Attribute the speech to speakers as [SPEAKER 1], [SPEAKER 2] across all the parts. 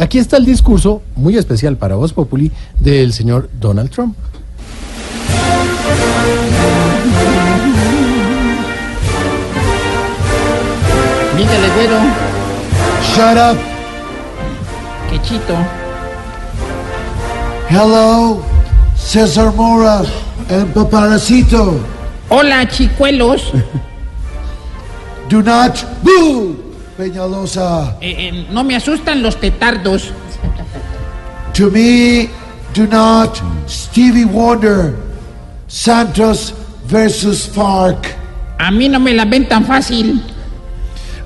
[SPEAKER 1] Aquí está el discurso muy especial para Voz Populi del señor Donald Trump.
[SPEAKER 2] Dígale, güero,
[SPEAKER 1] Shut up.
[SPEAKER 2] que chito.
[SPEAKER 3] Hello, César Mora, el paparacito.
[SPEAKER 2] Hola, chicuelos.
[SPEAKER 3] Do not boo, Peñalosa.
[SPEAKER 2] Eh, eh, no me asustan los tetardos.
[SPEAKER 3] To me, do not Stevie Wonder. Santos versus Fark.
[SPEAKER 2] A mí no me la ven tan fácil.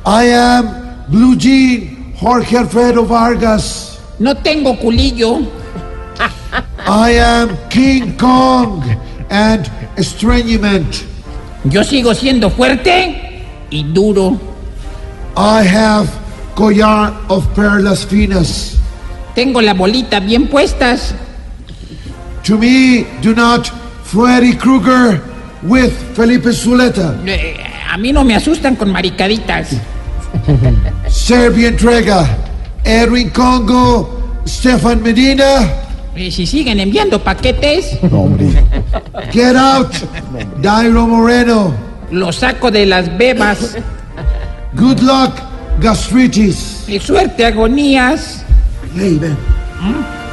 [SPEAKER 3] I am Blue Jean, Jorge Alfredo Vargas.
[SPEAKER 2] No tengo culillo.
[SPEAKER 3] I am King Kong and Estreñiment.
[SPEAKER 2] Yo sigo siendo fuerte y duro.
[SPEAKER 3] I have Collar of Perlas Finas.
[SPEAKER 2] Tengo la bolita bien puestas.
[SPEAKER 3] To me, do not Freddy Krueger with Felipe Zuleta.
[SPEAKER 2] Eh, a mí no me asustan con maricaditas.
[SPEAKER 3] Serbian Trega, Erwin Congo, Stefan Medina,
[SPEAKER 2] Eh, si siguen enviando paquetes,
[SPEAKER 3] Get Out, Dairo Moreno,
[SPEAKER 2] los saco de las bebas.
[SPEAKER 3] Good Luck, Gastritis.
[SPEAKER 2] Eh, suerte, agonías.
[SPEAKER 3] Hey, man.